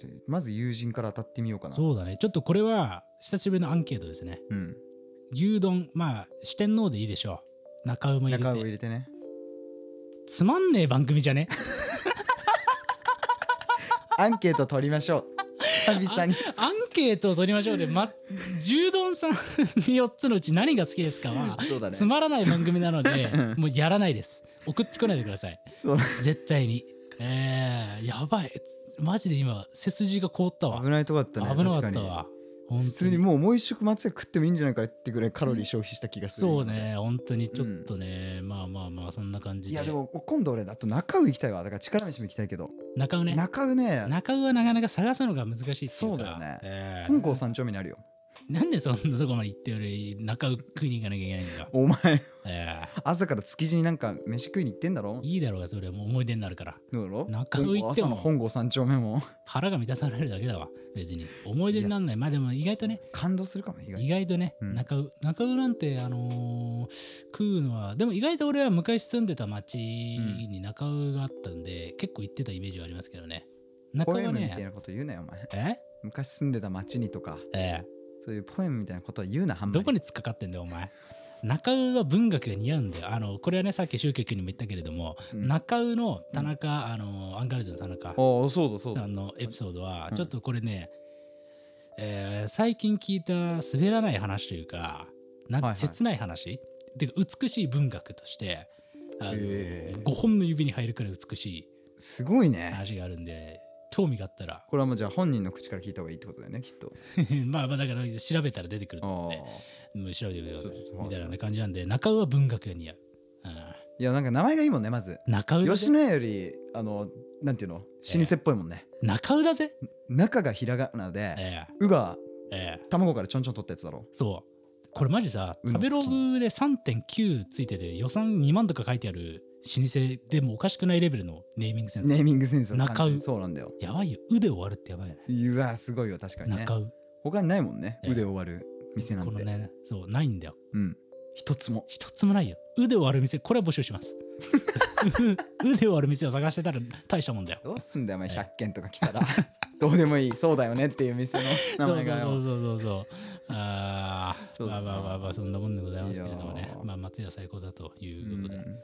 Speaker 3: ちょまず友人から当たってみようかなう、
Speaker 2: そうだねちょっとこれは久しぶりのアンケートですね
Speaker 3: ん、
Speaker 2: 牛丼まあ四天王でいいでしょう中尾も入れ
Speaker 3: 中を
Speaker 2: て
Speaker 3: 入れてね
Speaker 2: つまんねえ番組じゃね *laughs*
Speaker 3: アンケート取りましょう久々に
Speaker 2: アンケートを取りましょうで、ま、牛丼さんに4つのうち何が好きですかは
Speaker 3: そうだね
Speaker 2: つまらない番組なの
Speaker 3: *laughs*
Speaker 2: でもうやらないです送ってこないでください
Speaker 3: そう
Speaker 2: 絶対にえー、やばいマジで今背筋が凍ったわ
Speaker 3: 危ないとこだったね
Speaker 2: 危なかった
Speaker 3: 確に
Speaker 2: わ本当に
Speaker 3: 普通にもうもう一食松屋食ってもいいんじゃないかってぐらいカロリー消費した気がする、
Speaker 2: そうね本当にちょっとね、まあまあまあそんな感じ
Speaker 3: い
Speaker 2: で
Speaker 3: やでも今度俺だと中尾行きたいわだから力飯も行きたいけど、
Speaker 2: 中尾ね
Speaker 3: 中尾ね
Speaker 2: *laughs* 中尾はなかなか探すのが難しいっていうか
Speaker 3: そうだよね
Speaker 2: ええ
Speaker 3: 本郷三丁目にあるよ
Speaker 2: なんでそんなとこまで行って俺中尾食いに行かなきゃいけないんだ、
Speaker 3: お前
Speaker 2: え
Speaker 3: 朝から築地になんか飯食いに行ってんだろ
Speaker 2: えいいだろうがそれはもう思い出になるから
Speaker 3: どうだろ
Speaker 2: 中尾行って
Speaker 3: 朝
Speaker 2: も
Speaker 3: の本郷三丁目も
Speaker 2: 腹が満たされるだけだわ別に思い出にならないまあでも意外とね
Speaker 3: 感動するかも意外
Speaker 2: 意外とね、
Speaker 3: うん
Speaker 2: 中尾中尾なんてあのー食うのはでも意外と俺は昔住んでた町に中尾があったんで、結構行ってたイメージはありますけどね中
Speaker 3: ポ
Speaker 2: 尾
Speaker 3: エ
Speaker 2: は
Speaker 3: ムみたい
Speaker 2: ね
Speaker 3: なこと言うなよお前
Speaker 2: え
Speaker 3: 昔住んでた町にとか
Speaker 2: ええ
Speaker 3: そういうポエムみたいなことは言うなあんま
Speaker 2: ど
Speaker 3: り
Speaker 2: こに突っかかってんだよお前中尾は文学が似合うんだよあのこれはねさっき周家君にも言ったけれども、
Speaker 3: うん
Speaker 2: 中尾の田中、あのアンガールズの田中
Speaker 3: ああそうだそうだ
Speaker 2: あのエピソードは
Speaker 3: うん
Speaker 2: ちょっとこれね、えー最近聞いた滑らない話というかなん
Speaker 3: はいは
Speaker 2: て
Speaker 3: い
Speaker 2: 切ない話、っていうか美しい文学としてあの、
Speaker 3: へー
Speaker 2: 5本の指に入るくらい美し
Speaker 3: すごい
Speaker 2: い
Speaker 3: ね
Speaker 2: 話があるんで興味があった
Speaker 3: *laughs*
Speaker 2: ら
Speaker 3: これはもうじゃあ本人の口から聞いた方がいいってことだよねきっと
Speaker 2: まあまあだから調べたら出てくると思
Speaker 3: あ
Speaker 2: う
Speaker 3: あ
Speaker 2: んでもう調べてみてください
Speaker 3: そうそう
Speaker 2: みたいな感じなんで中尾は文学が似合う、う
Speaker 3: いやなんか名前がいいもんねまず
Speaker 2: ん、中尾だ
Speaker 3: 吉
Speaker 2: ぜ
Speaker 3: 野家よりあのなんていうの老舗っぽいもんね、
Speaker 2: 中尾だぜ
Speaker 3: 中がひらがなで、
Speaker 2: え
Speaker 3: うが
Speaker 2: えええ
Speaker 3: 卵からちょんちょん取ったやつだろ
Speaker 2: そう。これマジさ、
Speaker 3: うん
Speaker 2: 食べログで3.9ついてて予算2万とか書いてある老舗でもおかしくないレベルのネーミングセンス。
Speaker 3: ネーミングセンスは
Speaker 2: 中う
Speaker 3: そうなんだよ
Speaker 2: やばいよ。うで終わるってやばいよね。
Speaker 3: うわすごいよ確かにね
Speaker 2: 中う。
Speaker 3: 他にないもんね
Speaker 2: ええ
Speaker 3: 腕終わる店なん
Speaker 2: この
Speaker 3: て、
Speaker 2: ね、そう、ないんだよ。
Speaker 3: うん一つも
Speaker 2: 一つもないよ。うで終わる店、これは募集し
Speaker 3: *laughs*
Speaker 2: ます。うで終わる店を探してたら大したもんだよ。
Speaker 3: どうすんだよお前
Speaker 2: ええ
Speaker 3: 100件とか
Speaker 2: *laughs*
Speaker 3: 来たらどうでもいいそうだよねっていう店の名
Speaker 2: そうそ
Speaker 3: 前
Speaker 2: う
Speaker 3: が
Speaker 2: そうそうそうそう。あ
Speaker 3: そ
Speaker 2: ー
Speaker 3: うだ
Speaker 2: まあ
Speaker 3: な
Speaker 2: まあまあまあ、そんなもんでございますけれども
Speaker 3: いや
Speaker 2: ね。
Speaker 3: ー
Speaker 2: まあ、松屋最高だといううことで。
Speaker 3: ん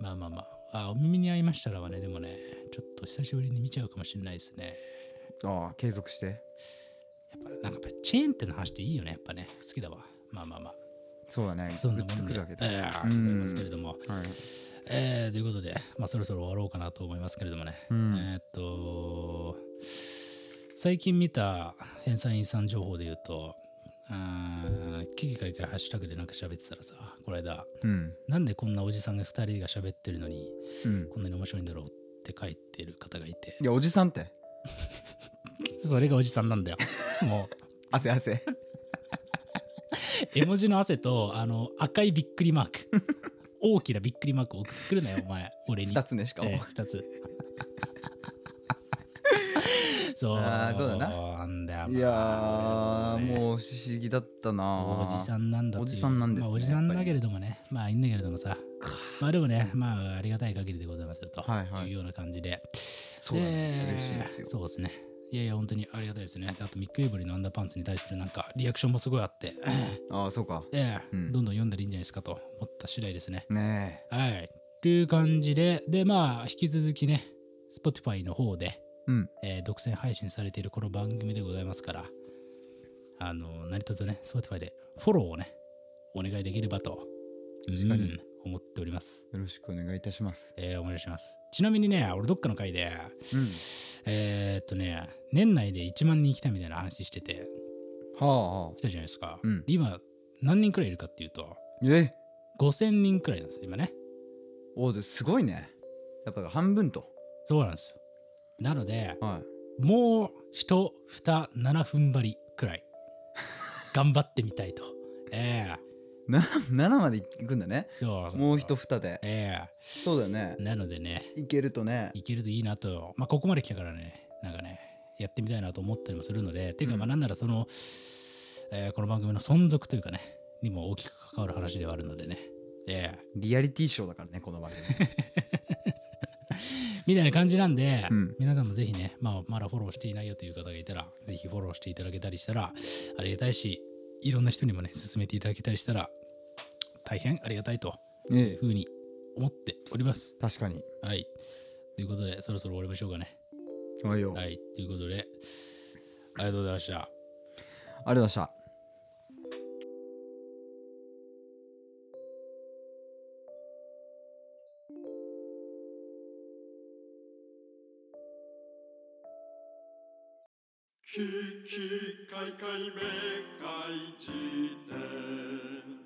Speaker 2: まあまあまあ。あ、お耳に合いましたらはね、でもね、ちょっと久しぶりに見ちゃうかもしれないですね。
Speaker 3: ああ継続して
Speaker 2: やっぱなんかやっぱチェーン店の話っていいよねやっぱね好きだわまあまあまあ
Speaker 3: そうだね
Speaker 2: そんな
Speaker 3: グッ
Speaker 2: も
Speaker 3: と
Speaker 2: ん
Speaker 3: く
Speaker 2: で
Speaker 3: る
Speaker 2: ござ
Speaker 3: わけ
Speaker 2: い
Speaker 3: だ、
Speaker 2: ますけれども、
Speaker 3: はい
Speaker 2: えーということで、まあ、そろそろ終わろうかなと思いますけれどもね、
Speaker 3: うん
Speaker 2: えーっと最近見た返済員さん情報で言うとあー危機開会ハッシュタグでなんか喋ってたらさこの間
Speaker 3: うん
Speaker 2: なんでこんなおじさんが2人が喋ってるのに
Speaker 3: うん
Speaker 2: こんなに面白いんだろうって書いてる方がいて
Speaker 3: いやおじさんって
Speaker 2: それがおじさんなん
Speaker 3: *laughs*
Speaker 2: だよもう
Speaker 3: 汗汗
Speaker 2: 絵文字の汗とあの赤いびっくりマーク大きなびっくりマーク送ってくるなよお前俺に
Speaker 3: 2つねしかも、
Speaker 2: ええ二
Speaker 3: *laughs*
Speaker 2: つそう
Speaker 3: あーそうだなん
Speaker 2: だよ
Speaker 3: いやー、
Speaker 2: ね
Speaker 3: もう不思議だったな
Speaker 2: おじさんなんだっていう
Speaker 3: おじさんなんですね
Speaker 2: まあ、おじさんだけれどもねまあいいんだけれどもさまあでもねまあありがたい限りでございますよと、
Speaker 3: はい
Speaker 2: い
Speaker 3: はいう
Speaker 2: ような感じで
Speaker 3: そうだね
Speaker 2: で
Speaker 3: 嬉しいですよ
Speaker 2: そうですねいやいや本当にありがたいですねあとミック・エイブリーのアンダーパンツに対するなんかリアクションもすごいあって
Speaker 3: ああそうか
Speaker 2: ええ
Speaker 3: うん
Speaker 2: どんどん読んだらいいんじゃないですかと思った次第ですね。
Speaker 3: ねえ
Speaker 2: はい。という感じで、で、まあ、引き続きね、Spotify の方で、
Speaker 3: うん
Speaker 2: えー独占配信されているこの番組でございますから、あの、何卒ね、Spotify でフォローをね、お願いできればと、
Speaker 3: 確かに
Speaker 2: うん思っております。
Speaker 3: よろしくお願いいたします
Speaker 2: えーお願いします。ちなみにね、俺どっかの回で、
Speaker 3: うん
Speaker 2: えーっとね、年内で1万人行きたいみたいな話してて、
Speaker 3: はあは
Speaker 2: したじゃないですか。
Speaker 3: うん
Speaker 2: で今、何人くらいいるかっていうと、
Speaker 3: あえ
Speaker 2: 5000人くらいなんですよ、今ね。
Speaker 3: おですごいねやっぱ半分と
Speaker 2: そうなんですよ。なので、
Speaker 3: は *laughs*
Speaker 2: もう一二七分張りくらい頑張ってみたいと。ええ
Speaker 3: いな7までいくんだね
Speaker 2: そう
Speaker 3: もう一蓋で
Speaker 2: え
Speaker 3: そうだよね
Speaker 2: えなのでね、
Speaker 3: いけるとね
Speaker 2: いけるといいなと、まあ、ここまで来たからね、なんかね、やってみたいなと思ったりもするので、ていう
Speaker 3: う
Speaker 2: か、
Speaker 3: ん
Speaker 2: まあなんならその、えーこの番組の存続というかね、にも大きく関わる話ではあるのでね。ええ
Speaker 3: リアリティショーだからねこの番組
Speaker 2: みたいな感じなんで、
Speaker 3: うん
Speaker 2: 皆さんもぜひね、まあ、まだフォローしていないよという方がいたら、ぜひフォローしていただけたりしたら、ありがたいし、いろんな人にもね、勧めていただけたりしたら、大変ありがたいという
Speaker 3: ええ
Speaker 2: ふうに思っております。
Speaker 3: 確かに
Speaker 2: はい。ということで、そろそろ終わりましょうかね。
Speaker 3: はいよ、
Speaker 2: は
Speaker 3: あり
Speaker 2: い。ということで、ありがとうございました。
Speaker 3: がとうございました
Speaker 1: 「ききかいかいめかいじて